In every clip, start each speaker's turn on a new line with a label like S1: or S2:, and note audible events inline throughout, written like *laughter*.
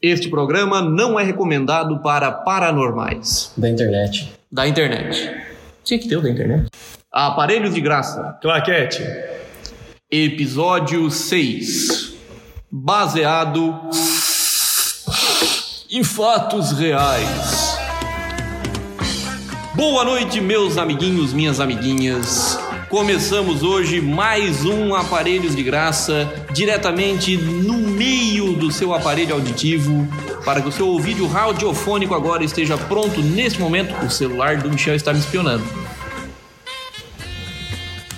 S1: Este programa não é recomendado para paranormais.
S2: Da internet.
S1: Da internet.
S2: Tinha que ter o da internet.
S1: Aparelhos de graça.
S3: Claquete.
S1: Episódio 6. Baseado em fatos reais. Boa noite, meus amiguinhos, minhas amiguinhas. Começamos hoje mais um Aparelhos de Graça, diretamente no meio do seu aparelho auditivo, para que o seu ouvido radiofônico agora esteja pronto nesse momento. O celular do Michel está me espionando.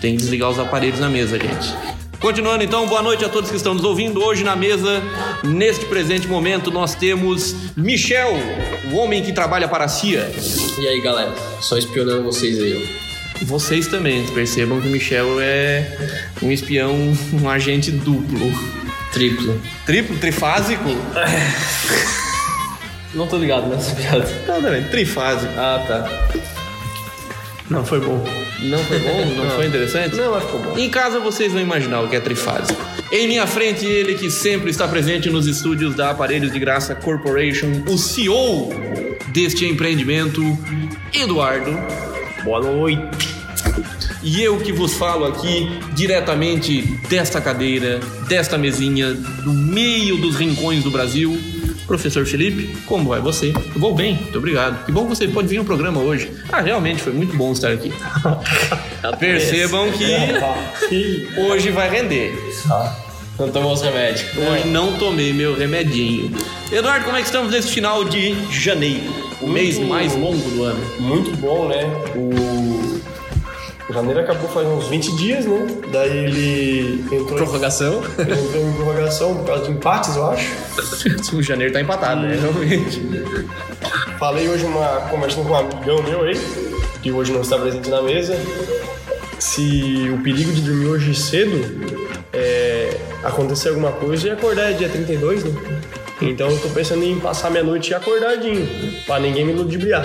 S1: Tem que desligar os aparelhos na mesa, gente. Continuando então, boa noite a todos que estão nos ouvindo. Hoje na mesa, neste presente momento, nós temos Michel, o homem que trabalha para a CIA.
S2: E aí, galera? Só espionando vocês aí. ó.
S1: Vocês também percebam que o Michel é um espião, um agente duplo.
S2: Triplo.
S1: Triplo? Trifásico?
S2: Não tô ligado nessa piada.
S1: Não, não, trifásico.
S2: Ah, tá.
S1: Não, foi bom.
S2: Não foi bom?
S1: *laughs* Não, foi interessante?
S2: Não, mas ficou bom.
S1: Em casa vocês vão imaginar o que é trifásico. Em minha frente, ele que sempre está presente nos estúdios da Aparelhos de Graça Corporation, o CEO deste empreendimento, Eduardo.
S3: Boa noite.
S1: E eu que vos falo aqui diretamente desta cadeira, desta mesinha, do meio dos rincões do Brasil. Professor Felipe, como vai você? Eu vou bem, muito obrigado. Que bom que você pode vir no programa hoje. Ah, realmente foi muito bom estar
S3: *laughs*
S1: aqui. Percebam que
S2: Tá.
S1: hoje vai render.
S2: Não Então tomou os remédios.
S1: Hoje não tomei meu remedinho. Eduardo, como é que estamos nesse final de janeiro? O mês mais longo do ano.
S3: Muito bom, né? O... o janeiro acabou faz uns 20 dias, né? Daí ele entrou,
S2: Prorrogação?
S3: entrou em prorrogação por causa de empates, eu acho.
S1: *laughs* O janeiro tá empatado, né? Realmente.
S3: Falei hoje uma conversando com um amigão meu aí, que hoje não está presente na mesa, se o perigo de dormir hoje cedo é acontecer alguma coisa e acordar é dia 32, né? Então eu tô pensando em passar minha noite acordadinho, pra ninguém me ludibriar.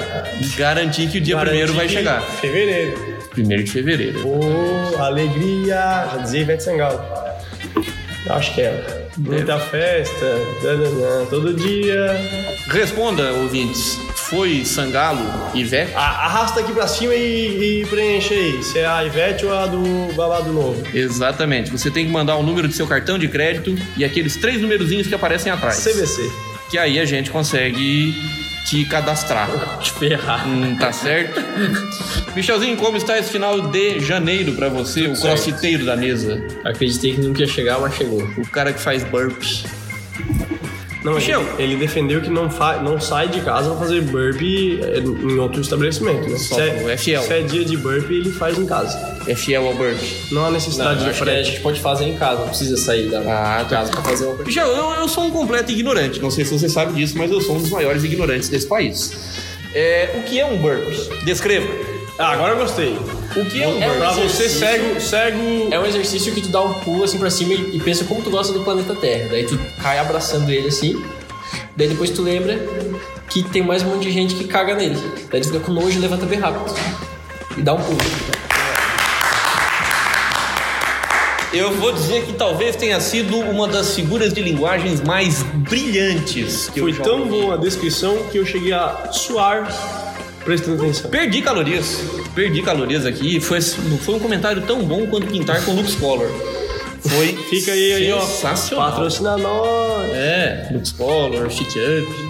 S1: Garantir que o dia primeiro vai
S3: Garantir
S1: chegar.
S3: que Fevereiro.
S1: Primeiro de fevereiro.
S3: Ô, alegria! Já dizia Ivete Sangalo. Acho que é. Muita festa, dananã, todo dia.
S1: Responda, ouvintes. Foi Sangalo e Vé?
S3: A- Arrasta aqui pra cima e, e preenche aí. Se é a Ivete ou a do Babado Novo.
S1: Exatamente. Você tem que mandar o número do seu cartão de crédito e aqueles três numerozinhos que aparecem atrás.
S3: CVC.
S1: Que aí a gente consegue te cadastrar.
S2: Te ferrar.
S1: Hum, tá certo? Michelzinho, como está esse final de janeiro pra você, o
S2: certo.
S1: crossfiteiro da mesa?
S2: Acreditei que nunca ia chegar, mas chegou.
S1: O cara que faz burpees.
S3: Não,
S1: Michel.
S3: ele, ele defendeu que não, fa- não sai de casa pra fazer burpee é, em outro estabelecimento. Né?
S1: Só
S3: se
S1: no FL.
S3: Se é dia de burpee, ele faz em casa.
S1: É fiel ao burpee.
S3: Não há
S2: Não,
S3: necessidade
S2: eu
S3: de
S2: Ah, acho que a
S3: frete.
S2: gente pode fazer em casa, não precisa sair da
S1: Ah,
S2: de
S1: tá.
S2: casa pra fazer uma coisa.
S1: Michel, eu, eu sou um completo ignorante. Não sei se você sabe disso, mas eu sou um dos maiores ignorantes desse país. É, o que é um burpee? Descreva.
S3: Ah, agora eu gostei.
S1: O que é um
S2: É
S1: burpee?
S3: Pra você,
S2: Exercício.
S3: cego, cego.
S2: É um exercício que tu dá um pulo assim pra cima e e pensa como tu gosta do planeta Terra. Daí tu cai abraçando ele assim. Daí depois tu lembra que tem mais um monte de gente que caga nele. Daí tu fica com nojo e levanta bem rápido. E dá um pulo.
S1: Eu vou dizer que talvez tenha sido uma das figuras de linguagens mais brilhantes que eu
S3: Foi
S1: já
S3: tão
S1: ouvi.
S3: boa a descrição que eu cheguei a suar prestando atenção.
S1: Perdi calorias. Perdi calorias aqui. Foi, foi um comentário tão bom quanto pintar com Lux Color. Foi
S3: *laughs* Fica aí, aí ó.
S1: sensacional.
S3: Patrocina nós.
S1: É, Lux Color, Fit Up.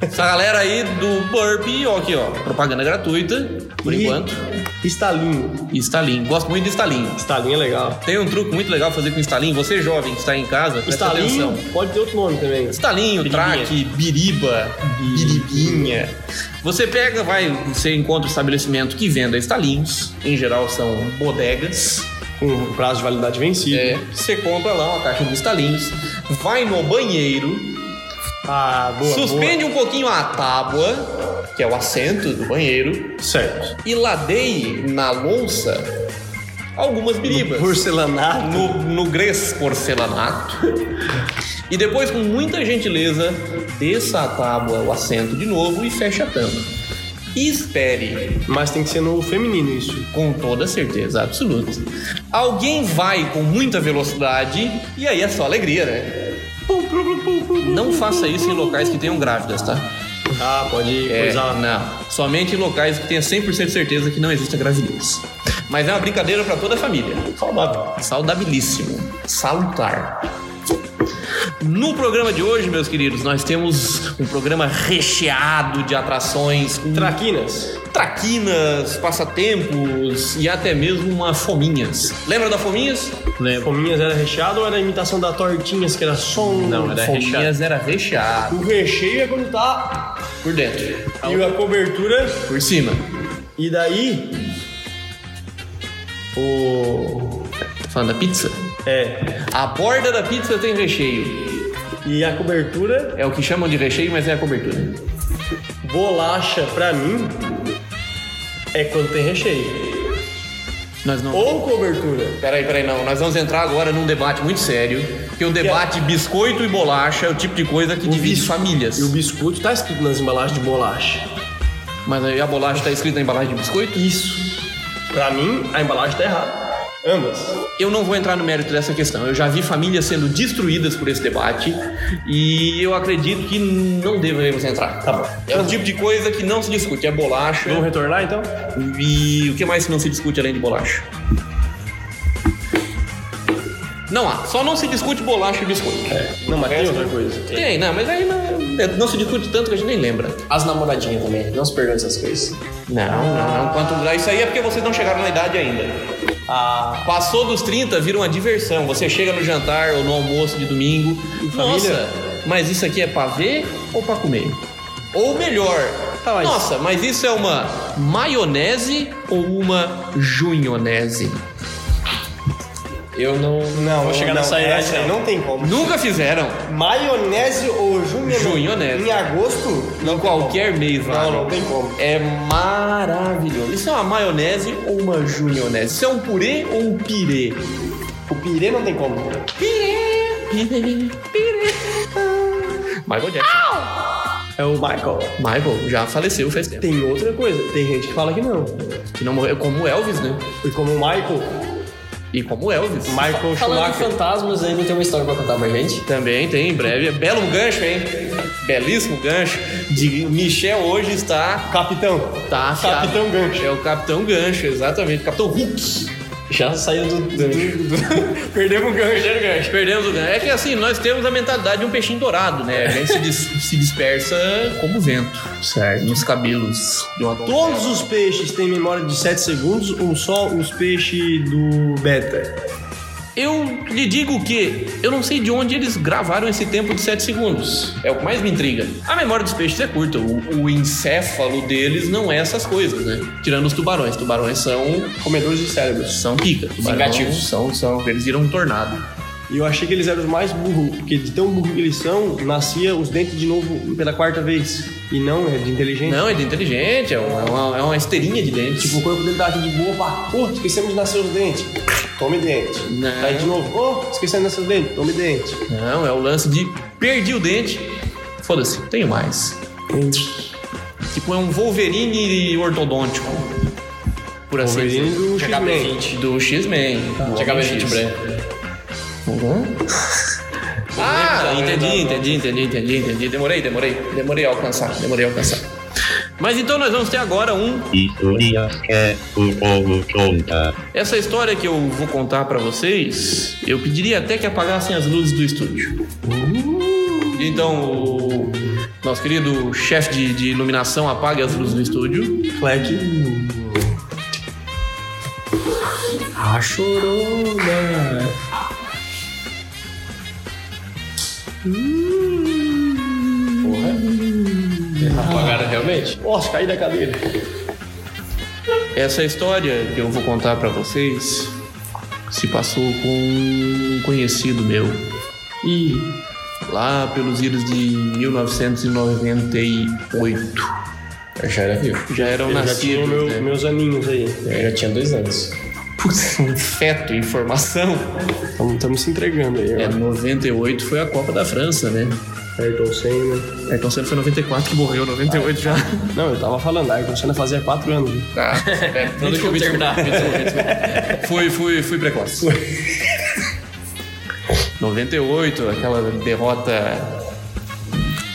S1: Essa galera aí do Burpee, ó, aqui ó, propaganda gratuita, por
S3: E
S1: enquanto.
S3: Estalinho.
S1: E Stalin. Gosto muito de Stalin.
S3: Estalinho é legal.
S1: Tem um truque muito legal pra fazer com Stalin. Você jovem que está em casa, presta
S3: Estalinho
S1: atenção.
S3: pode ter outro nome também.
S1: Estalinho, traque, biriba, biribinha. Você pega, vai, você encontra um estabelecimento que venda estalinhos, em geral são bodegas.
S3: Com um prazo de validade vencido.
S1: É, você compra lá uma caixa de estalinhos, vai no banheiro,
S3: Ah, boa.
S1: suspende um pouquinho a tábua, que é o assento do banheiro,
S3: Boa. Certo.
S1: e ladeie na louça algumas biribas.
S3: Porcelanato.
S1: no, no grês porcelanato. E depois, com muita gentileza, desça a tábua, o assento de novo e feche a tampa. E espere,
S3: Mas tem que ser no feminino isso.
S1: com toda certeza absoluta. Alguém vai com muita velocidade e aí é só alegria, né? Pum, pum, pum, pum, pum, Não faça isso em locais que tenham grávidas, tá?
S3: Ah, pode
S1: É,
S3: coisar.
S1: não. Somente em locais que tenha 100% de certeza que não existe gravidez. Mas é uma brincadeira pra toda a família.
S3: Saudável.
S1: Saudabilíssimo. Salutar. No programa de hoje, meus queridos, nós temos um programa recheado de atrações, com
S3: Traquinas.
S1: traquinas, passatempos e até mesmo uma fominhas. Lembra da fominhas?
S4: Lembro.
S3: Fominhas era recheado ou era a imitação da tortinhas, que era só um...
S4: Não, era recheado.
S1: fominhas era recheado É
S3: O recheio é quando tá...
S1: por dentro,
S3: E a cobertura...
S1: por cima.
S3: E daí... O...
S1: Tá falando da pizza?
S3: É.
S1: A borda da pizza tem recheio.
S3: E a cobertura...
S1: É o que chamam de recheio, mas é a cobertura.
S3: Bolacha, pra mim... É quando tem recheio.
S1: Nós não.
S3: Ou cobertura.
S1: Peraí, peraí, não. Nós vamos entrar agora num debate muito sério. Que é o debate biscoito e bolacha é o tipo de coisa que divide
S3: bis-
S1: famílias.
S3: E o biscoito tá escrito nas embalagens de bolacha.
S1: Mas aí a bolacha tá escrita na embalagem de biscoito?
S3: Isso. Pra mim, a embalagem tá errada. Ambas.
S1: Eu não vou entrar no mérito dessa questão. Eu já vi famílias sendo destruídas por esse debate e eu acredito que não devemos entrar.
S3: Tá bom.
S1: É um tipo de coisa que não se discute. É bolacha.
S3: Vamos retornar então?
S1: E o que mais que não se discute além de bolacha? Não há. Só não se discute bolacha e biscoito.
S3: Não, mas tem outra coisa.
S1: Tem, não, mas aí não, é, não se discute tanto que a gente nem lembra.
S2: As namoradinhas também, não se pergunte essas coisas.
S1: Não, não, não. Quanto, isso aí é porque vocês não chegaram na idade ainda.
S3: Ah,
S1: Passou dos 30, vira uma diversão. Você chega no jantar ou no almoço de domingo. Nossa,
S3: família?
S1: mas isso aqui é pra ver ou pra comer? Ou melhor,
S3: Tá, mas-
S1: nossa, mas isso é uma maionese ou uma junionese?
S2: Eu não.
S3: não, vou
S4: chegar nessa idade,
S3: essa aí
S4: não.
S3: Não tem como.
S1: Nunca fizeram.
S3: Maionese ou junho?
S1: Junionese.
S3: Em agosto?
S1: Em qualquer mês,
S3: Não,
S1: Wagner.
S3: não tem como.
S1: É maravilhoso. Isso é uma maionese ou uma junionese? Isso é um purê ou um pirê?
S3: O pirê não tem como.
S1: Pirê, pirê, pirê. Michael Jackson.
S3: É o Michael.
S1: Michael já faleceu faz tempo.
S3: Tem outra coisa. Tem gente que fala que não.
S1: Que não morreu como Elvis, né?
S3: E como o Michael...
S1: E como Elvis.
S3: Michael
S2: Falando de
S3: Schumacher.
S2: fantasmas, aí não tem uma história pra contar pra gente.
S1: Também tem, em breve. É belo gancho, hein? Belíssimo gancho. De Michel hoje está.
S3: Capitão.
S1: Tá afiado.
S3: Capitão Gancho.
S1: É o Capitão Gancho, exatamente. Capitão Hulk.
S2: Já saiu do. do-
S3: *laughs* Perdemos o gancho.
S1: Perdemos o gancho. É que assim, nós temos a mentalidade de um peixinho dourado, né? A gente se, dis- se dispersa como vento. Certo. Nos cabelos de uma
S3: Todos os peixes têm memória de 7 segundos ou só os peixes do beta?
S1: Eu lhe digo que eu não sei de onde eles gravaram esse tempo de 7 segundos. É o que mais me intriga. A memória dos peixes é curta. O, o encéfalo deles não é essas coisas, né? Tirando os tubarões. Tubarões são.
S3: Comedores de cérebros.
S1: São pica. Tubarão
S2: Vingativos.
S1: São, são. Eles viram um tornado.
S3: E eu achei que eles eram os mais burros, porque de tão burro que eles são, nascia os dentes de novo pela quarta vez. E não, é de inteligente.
S1: Não, ele é inteligente. É uma, é uma- é uma esteirinha de dentes.
S3: Tipo, o corpo dele tá aqui de boa, pá. Pô, esquecemos de nascer os dentes. Tome dente. Tá
S1: Não.
S3: Aí de novo, ô, esquecemos de nascer os dentes. Tome dente.
S1: Não, é o lance de perdi o dente. Foda-se, tenho mais. Tipo, é um Wolverine ortodôntico. Por assim
S3: Wolverine
S1: dizer.
S3: do X-Men.
S2: GKB20.
S1: Do X-Men. do Homem
S2: GKB20
S1: X.
S2: branco.
S1: *laughs* Ah, entendi, entendi, entendi, entendi, entendi. Demorei, demorei. Demorei a alcançar, demorei a alcançar. Mas então nós vamos ter agora um
S5: Historias que o povo conta.
S1: Essa história que eu vou contar pra vocês, eu pediria até que apagassem as luzes do estúdio. Então, o nosso querido chefe de, de iluminação apague as luzes do estúdio.
S3: Cleck.
S2: Ah, chorou, né? Porra. Apagaram realmente?
S3: Nossa, caí da cadeira.
S1: Essa história que eu vou contar pra vocês se passou com um conhecido meu. E lá pelos idos de 1998.
S2: Eu já era vivo.
S1: Já eram
S3: Eu já tinha
S1: nascidos,
S3: meu-
S1: né?
S3: meus aninhos aí.
S2: Eu já tinha dois anos.
S1: Putz, um feto em formação.
S3: Estamos se entregando aí.
S1: É,
S3: ó.
S1: 98 foi a Copa da França, né? É,
S3: Ayrton Senna. né?
S1: Ayrton Senna foi 94 que morreu, 98 já.
S3: Não, eu tava falando, Ayrton Senna fazia 4 anos.
S1: Tá. *laughs* É, não deixa eu me terminar. Fui, fui, fui *laughs* precoce. 98, aquela derrota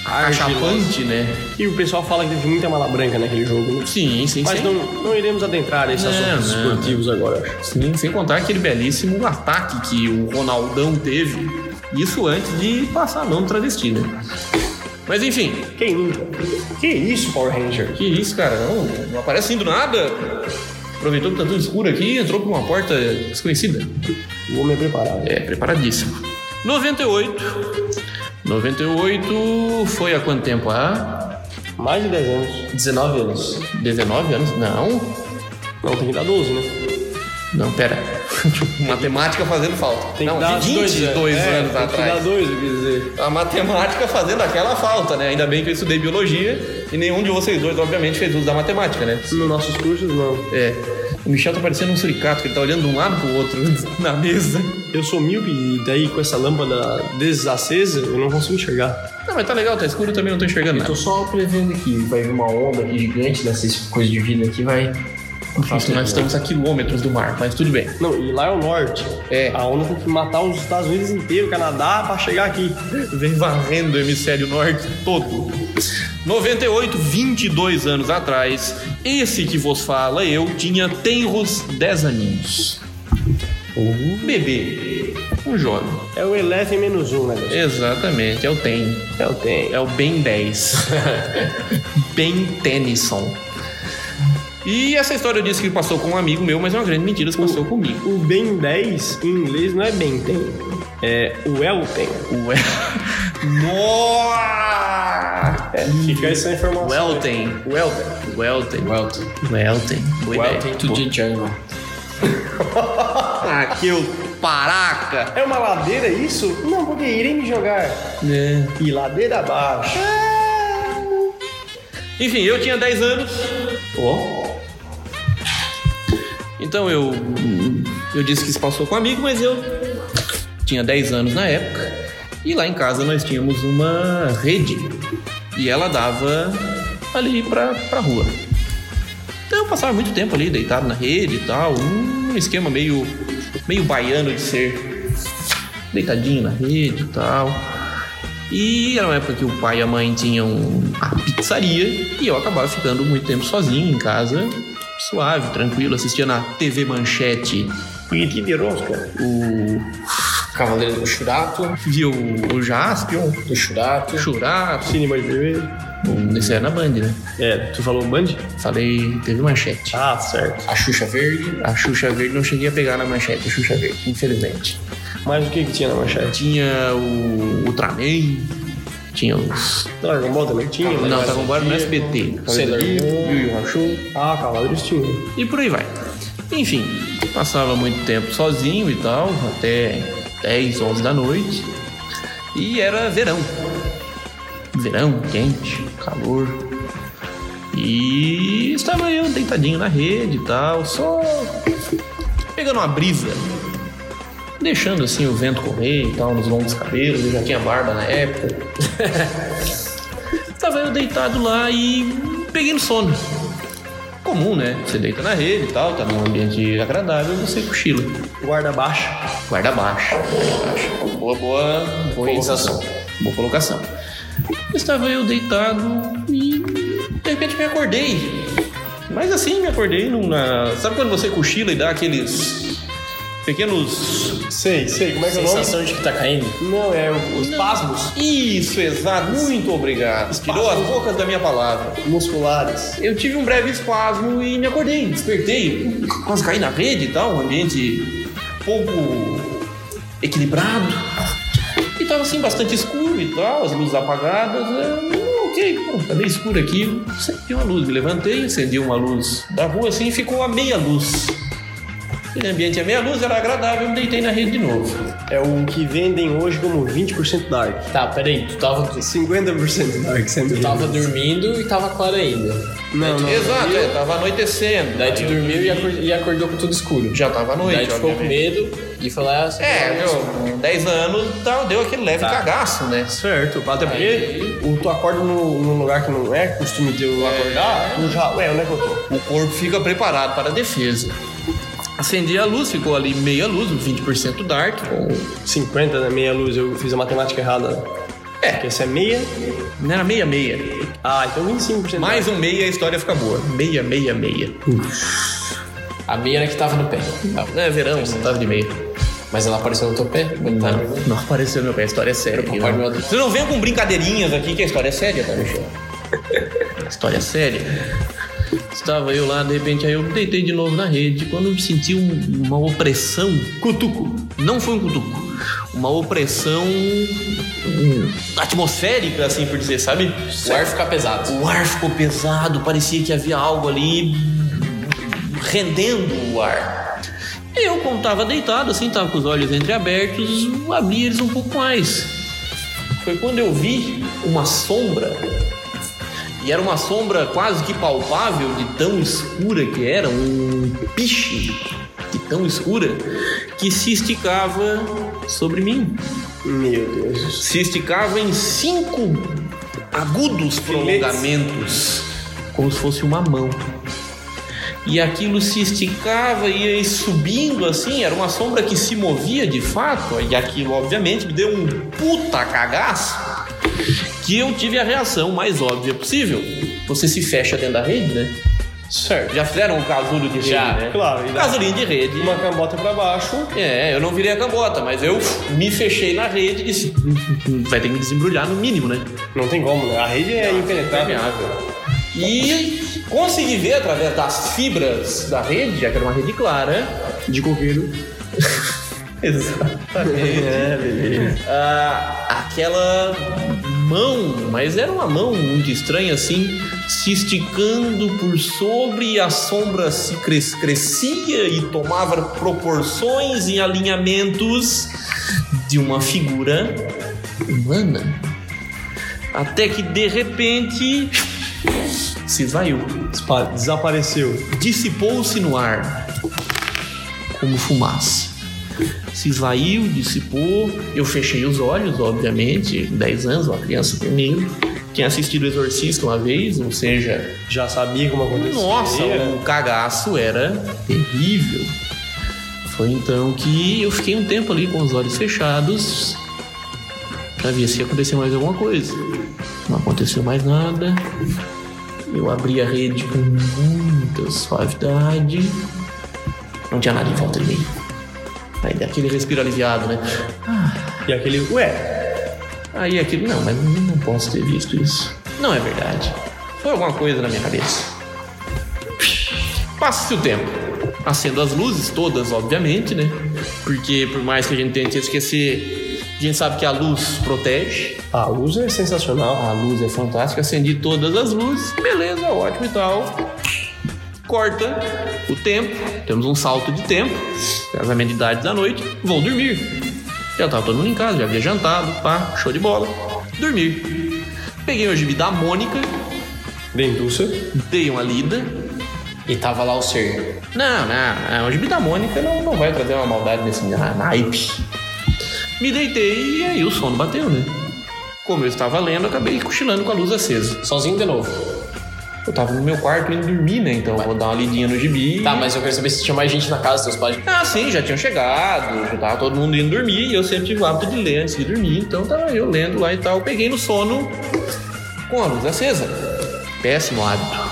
S1: Cachapante,
S3: argilosa.
S1: né?
S3: E o pessoal fala que teve muita mala branca naquele jogo. né?
S1: Sim, sim,
S3: Mas
S1: sim.
S3: não, não iremos adentrar nesses
S1: Não,
S3: assuntos
S1: não,
S3: esportivos agora, eu acho.
S1: Sim, sem contar aquele belíssimo ataque que o Ronaldão teve. Isso antes de passar a mão no travesti, né? Mas enfim,
S3: Quem nunca? Que isso, Power Ranger?
S1: que isso, cara? Não, não aparece assim do nada. Aproveitou que tá tudo escuro aqui e entrou por uma porta desconhecida.
S3: O homem é preparado.
S1: É, preparadíssimo. 98. 98 foi há quanto tempo? Há
S3: Mais de 10 anos.
S2: 19 anos.
S1: 19 anos? Não.
S3: Não, tem que dar 12, né?
S1: Não, pera. *laughs* matemática fazendo falta.
S3: Tem
S1: não,
S3: que dar
S1: de 22
S3: é,
S1: anos
S3: tem
S1: atrás.
S3: Que dar dois, eu quis dizer.
S1: A matemática fazendo aquela falta, né? Ainda bem que eu estudei biologia e nenhum de vocês dois, obviamente, fez uso da matemática, né?
S3: Nos nossos cursos, não.
S1: É. O Michel tá parecendo um suricato, que ele tá olhando de um lado pro outro *laughs* na mesa.
S3: Eu sou míope e daí com essa lâmpada desacesa eu não consigo enxergar.
S1: Não, mas tá legal, tá escuro, eu também não tô enxergando nada.
S2: Tô só prevendo aqui, vai vir uma onda aqui gigante nessas coisas de vida aqui, vai.
S1: Isso, nós estamos a quilômetros do mar, mas tudo bem.
S3: Não, e lá é o norte.
S1: É.
S3: A onda tem que matar os Estados Unidos inteiro, Canadá, pra chegar aqui.
S1: Vem varrendo o hemisfério norte todo. 98, 22 anos atrás, esse que vos fala eu tinha tenros 10 aninhos. Um bebê. Um jovem.
S3: É o Eleven menos um, né? Deus?
S1: Exatamente, eu tenho.
S3: Eu tenho.
S1: É o Ben *laughs* 10. ben Tennyson. E essa história eu disse que passou com um amigo meu, mas é uma grande mentira, se passou comigo.
S3: O Ben 10 em inglês não é Ben tem. É o El tem.
S1: Ué. Nossa!
S3: Fica essa informação.
S1: Welten. Welten. Welten.
S2: Welton.
S1: Welten.
S2: Welton to the jungle.
S1: Ah, que eu... Paraca!
S3: É uma ladeira isso? Não, porque irem me jogar.
S1: É.
S3: E ladeira abaixo.
S1: Enfim, eu tinha 10 anos. Então eu eu disse que se passou com um amigo, mas eu tinha 10 anos na época. E lá em casa nós tínhamos uma rede e ela dava ali pra, pra rua. Então eu passava muito tempo ali deitado na rede e tal, um esquema meio meio baiano de ser deitadinho na rede e tal. E era uma época que o pai e a mãe tinham a pizzaria e eu acabava ficando muito tempo sozinho em casa, suave, tranquilo, assistia na TV Manchete,
S3: Piqui de rosca.
S1: o
S2: Cavaleiro do Churato,
S1: via o, o Jaspion,
S2: do Churato.
S1: o Churato,
S3: Cinema de bebê.
S1: bom, isso era na Band, né?
S3: É, tu falou Band?
S1: Falei TV Manchete.
S3: Ah, certo.
S2: A Xuxa Verde.
S1: A Xuxa Verde não cheguei a pegar na Manchete, a Xuxa Verde, infelizmente.
S3: Mas o que que tinha na manchete?
S1: Tinha o Ultraman, tinha os...
S3: Dragon Ball também tinha? mas
S1: Não,
S3: era
S1: tava agora no
S3: Zodíaco.
S1: SBT.
S2: Sailor Moon.
S1: Yu Yu Hakusho.
S3: Ah, Cavaleiros tinha.
S1: e por aí vai. Enfim, passava muito tempo sozinho e tal, até 10, 11 da noite. E era verão. Verão, quente, calor. E estava eu deitadinho na rede e tal, só pegando uma brisa. Deixando assim o vento correr e tal, nos longos cabelos, eu já tinha barba na época. Tava eu deitado lá e peguei no sono. Comum, né? Você deita na rede e tal, tá num ambiente agradável, você cochila.
S3: Guarda baixa.
S1: Guarda baixa. Boa, boa, boa
S2: Colocação.
S1: Boa colocação. Estava eu deitado e de repente me acordei. Mas assim, me acordei numa. Sabe quando você cochila e dá aqueles pequenos.
S3: Sei, sei. Como é que é o nome?
S2: Sensação de que tá caindo.
S3: Não, é o- os pasmos
S1: Isso, exato. Muito obrigado. Tirou as bocas da minha palavra.
S3: musculares.
S1: Eu tive um breve espasmo e me acordei, despertei, quase caí na rede e tal, um ambiente pouco equilibrado. E tava assim, bastante escuro e tal, as luzes apagadas. Eu, ok, pô, tá meio escuro aqui. Acendi uma luz, me levantei, acendi uma luz da rua assim e ficou a meia luz. Aquele ambiente a meia luz era agradável, eu me deitei na rede de novo.
S3: É o que vendem hoje como 20% dark.
S2: Tá, peraí, tu tava, tu
S3: 50% dark, sempre.
S2: tava dormindo e tava claro ainda.
S3: Não, não.
S1: Exato, é, tava anoitecendo.
S2: Daí
S1: Aí
S2: tu
S1: eu
S2: dormiu e, acor- e acordou com tudo escuro.
S1: Já tava à noite,
S2: Daí tu ficou com
S1: obviamente.
S2: medo e falou, ah,
S1: É, meu, 10 anos, tal, deu aquele leve
S2: Tá.
S1: cagaço, né?
S3: Certo, até porque o, tu acorda num, num lugar que não é costume teu acordar, tu já. Ué, onde é que eu tô?
S1: O corpo fica preparado para a defesa. Acendi a luz, ficou ali meia luz, um 20% dark. com-
S3: 50 na meia luz, eu fiz a matemática errada.
S1: É.
S3: Porque essa é meia.
S1: Não era meia, meia.
S3: Ah, então 25%.
S1: Mais um meia, a história fica boa. Meia, meia, meia.
S2: A meia era que tava no pé.
S1: Não é verão, você tava de meia.
S2: Mas ela apareceu no teu pé? coitada.
S1: Não apareceu meu pé, a história é séria.
S2: Eu concordo, meu Deus.
S1: Você não vem com brincadeirinhas aqui que a história é séria, tá, Michel? história é séria. Estava eu lá, de repente, aí eu deitei de novo na rede. Quando eu senti um- uma opressão. Cutuco. Não foi um cutuco. Uma opressão hum, atmosférica, assim por dizer, sabe?
S2: O ar fica pesado.
S1: O ar ficou pesado, parecia que havia algo ali rendendo o ar. Eu, como tava deitado, assim, tava com os olhos entreabertos, abri eles um pouco mais. Foi quando eu vi uma sombra. E era uma sombra quase que palpável, de tão escura que era, um piche de tão escura, que se esticava sobre mim.
S3: Meu Deus.
S1: Se esticava em cinco agudos prolongamentos, como se fosse uma mão. E aquilo se esticava e ia subindo assim, era uma sombra que se movia de fato, e aquilo obviamente me deu um puta cagaço que eu tive a reação mais óbvia possível. Você se fecha dentro da rede, né?
S2: Certo.
S1: Já fizeram um casulo de rede,
S2: Já,
S1: né?
S3: Claro, e dá
S1: Casulinho de rede.
S3: uma cambota pra baixo.
S1: É, eu não virei a cambota, mas eu me fechei na rede e disse: vai ter que me desembrulhar no mínimo, né?
S3: Não tem como, né? A rede é impenetrável.
S1: E consegui ver através das fibras da rede, já que era uma rede clara.
S3: De coqueiro.
S1: *laughs*
S3: É,
S1: Exatamente. Ah, aquela mão, mas era uma mão muito estranha assim, se esticando por sobre, e a sombra se cres- crescia e tomava proporções e alinhamentos de uma figura humana. Até que de repente se esvaiu,
S3: Desapareceu.
S1: dissipou-se no ar como fumaça se esvaiu, dissipou. Eu fechei os olhos, obviamente. 10 anos, uma criança tem medo. Tinha assistido o Exorcista uma vez, ou seja,
S3: Já sabia como acontecia.
S1: nossa, o cagaço era terrível. Foi então que eu fiquei um tempo ali com os olhos fechados pra ver se ia acontecer mais alguma coisa. Não aconteceu mais nada. Eu abri a rede com muita suavidade. Não tinha nada em volta de mim. Aí dá aquele respiro aliviado, né?
S3: E aquele. Ué,
S1: Aí aquilo, não, mas eu não posso ter visto isso. Não é verdade. Foi alguma coisa na minha cabeça. Passa-se o tempo. Acendo as luzes todas, obviamente, né? Porque por mais que a gente tente esquecer, a gente sabe que a luz protege.
S3: a luz é sensacional.
S1: A luz é fantástica. Acendi todas as luzes. Beleza, ótimo e tal. Corta o tempo. Temos um salto de tempo. As amenidades da noite. Vou dormir. Já tava todo mundo em casa, já havia jantado. Pá, show de bola. Dormir. Peguei o gibi da Mônica.
S3: Dentuça.
S1: Dei uma lida.
S2: E tava lá o ser.
S1: Não, não, não. O gibi da Mônica não, não vai trazer uma maldade nesse na- naipe. Me deitei e aí o sono bateu, né? Como eu estava lendo, acabei cochilando com a luz acesa.
S2: Sozinho de novo.
S1: Eu tava no meu quarto indo dormir, né? Então eu vou dar uma lidinha no gibi.
S2: Tá, mas eu quero saber se tinha mais gente na casa, seus pais.
S1: Ah, sim, já tinham chegado, já tava todo mundo indo dormir, e eu sempre tive o hábito de ler antes de dormir, então tava eu lendo lá e tal. Peguei no sono com a luz acesa. Péssimo hábito.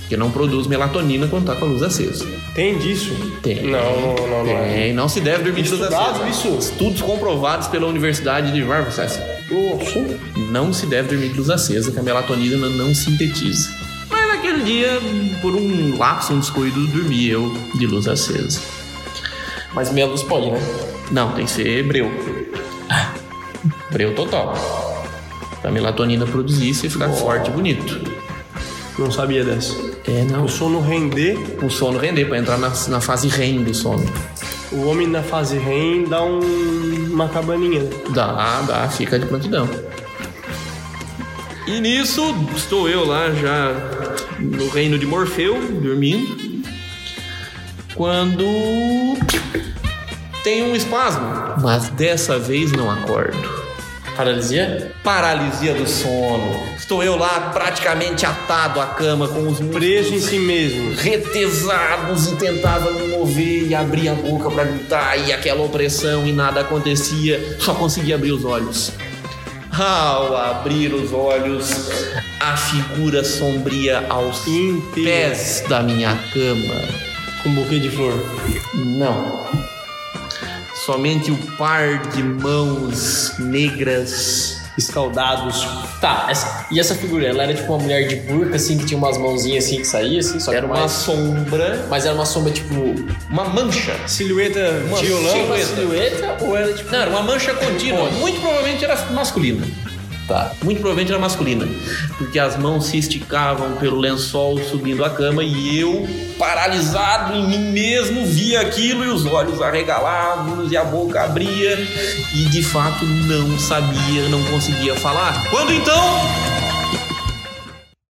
S1: Porque não produz melatonina quando tá com a luz acesa.
S3: Tem disso?
S1: Tem.
S3: Não, não, não. não é.
S1: Tem, não se deve dormir de luz
S3: Estudado
S1: acesa.
S3: isso?
S1: Estudos comprovados pela Universidade de Warwickshire.
S3: Nossa.
S1: Não se deve dormir de luz acesa, que a melatonina não sintetiza. Mas naquele dia, por um lapso, um descuido, dormi eu de luz acesa.
S2: Mas meia luz pode, né?
S1: Não, tem que ser breu. Breu total. Pra melatonina produzir, você ficar forte e bonito.
S3: Não sabia dessa.
S1: É, não.
S3: O sono render,
S1: O sono render, pra entrar na, na fase REM do sono.
S3: o homem na fase REM dá um- uma cabaninha. né?
S1: Dá, dá, fica de prontidão. E nisso, estou eu lá já no reino de Morfeu, dormindo. Quando tem um espasmo, mas dessa vez não acordo.
S2: Paralisia?
S1: Paralisia do sono. Estou eu lá praticamente atado à cama com os
S3: Preso em
S1: músculos
S3: si mesmo.
S1: retesados e tentava me mover e abrir a boca para gritar e aquela opressão e nada acontecia. Só conseguia abrir os olhos. Ao abrir os olhos, a figura sombria aos
S3: Inteiro.
S1: pés da minha cama.
S3: Com um buquê de flor.
S1: Não. Somente o par de mãos negras
S3: Escaldados.
S2: Tá, essa- e essa figura, ela era tipo uma mulher de burca, assim, que tinha umas mãozinhas assim que saía, assim, só que
S1: Era uma
S2: mais-
S1: sombra,
S2: Mas era uma sombra, tipo.
S1: uma mancha.
S3: Silhueta
S1: Uma
S3: violão.
S1: silhueta.
S2: Tipo uma silhueta ou era tipo.
S1: Não, era uma mancha contínua. Muito provavelmente era masculina.
S2: Tá.
S1: Muito provavelmente era masculina. Porque as mãos se esticavam pelo lençol subindo a cama e eu, paralisado em mim mesmo, via aquilo e os olhos arregalados e a boca abria. E de fato não sabia, não conseguia falar. Quando então.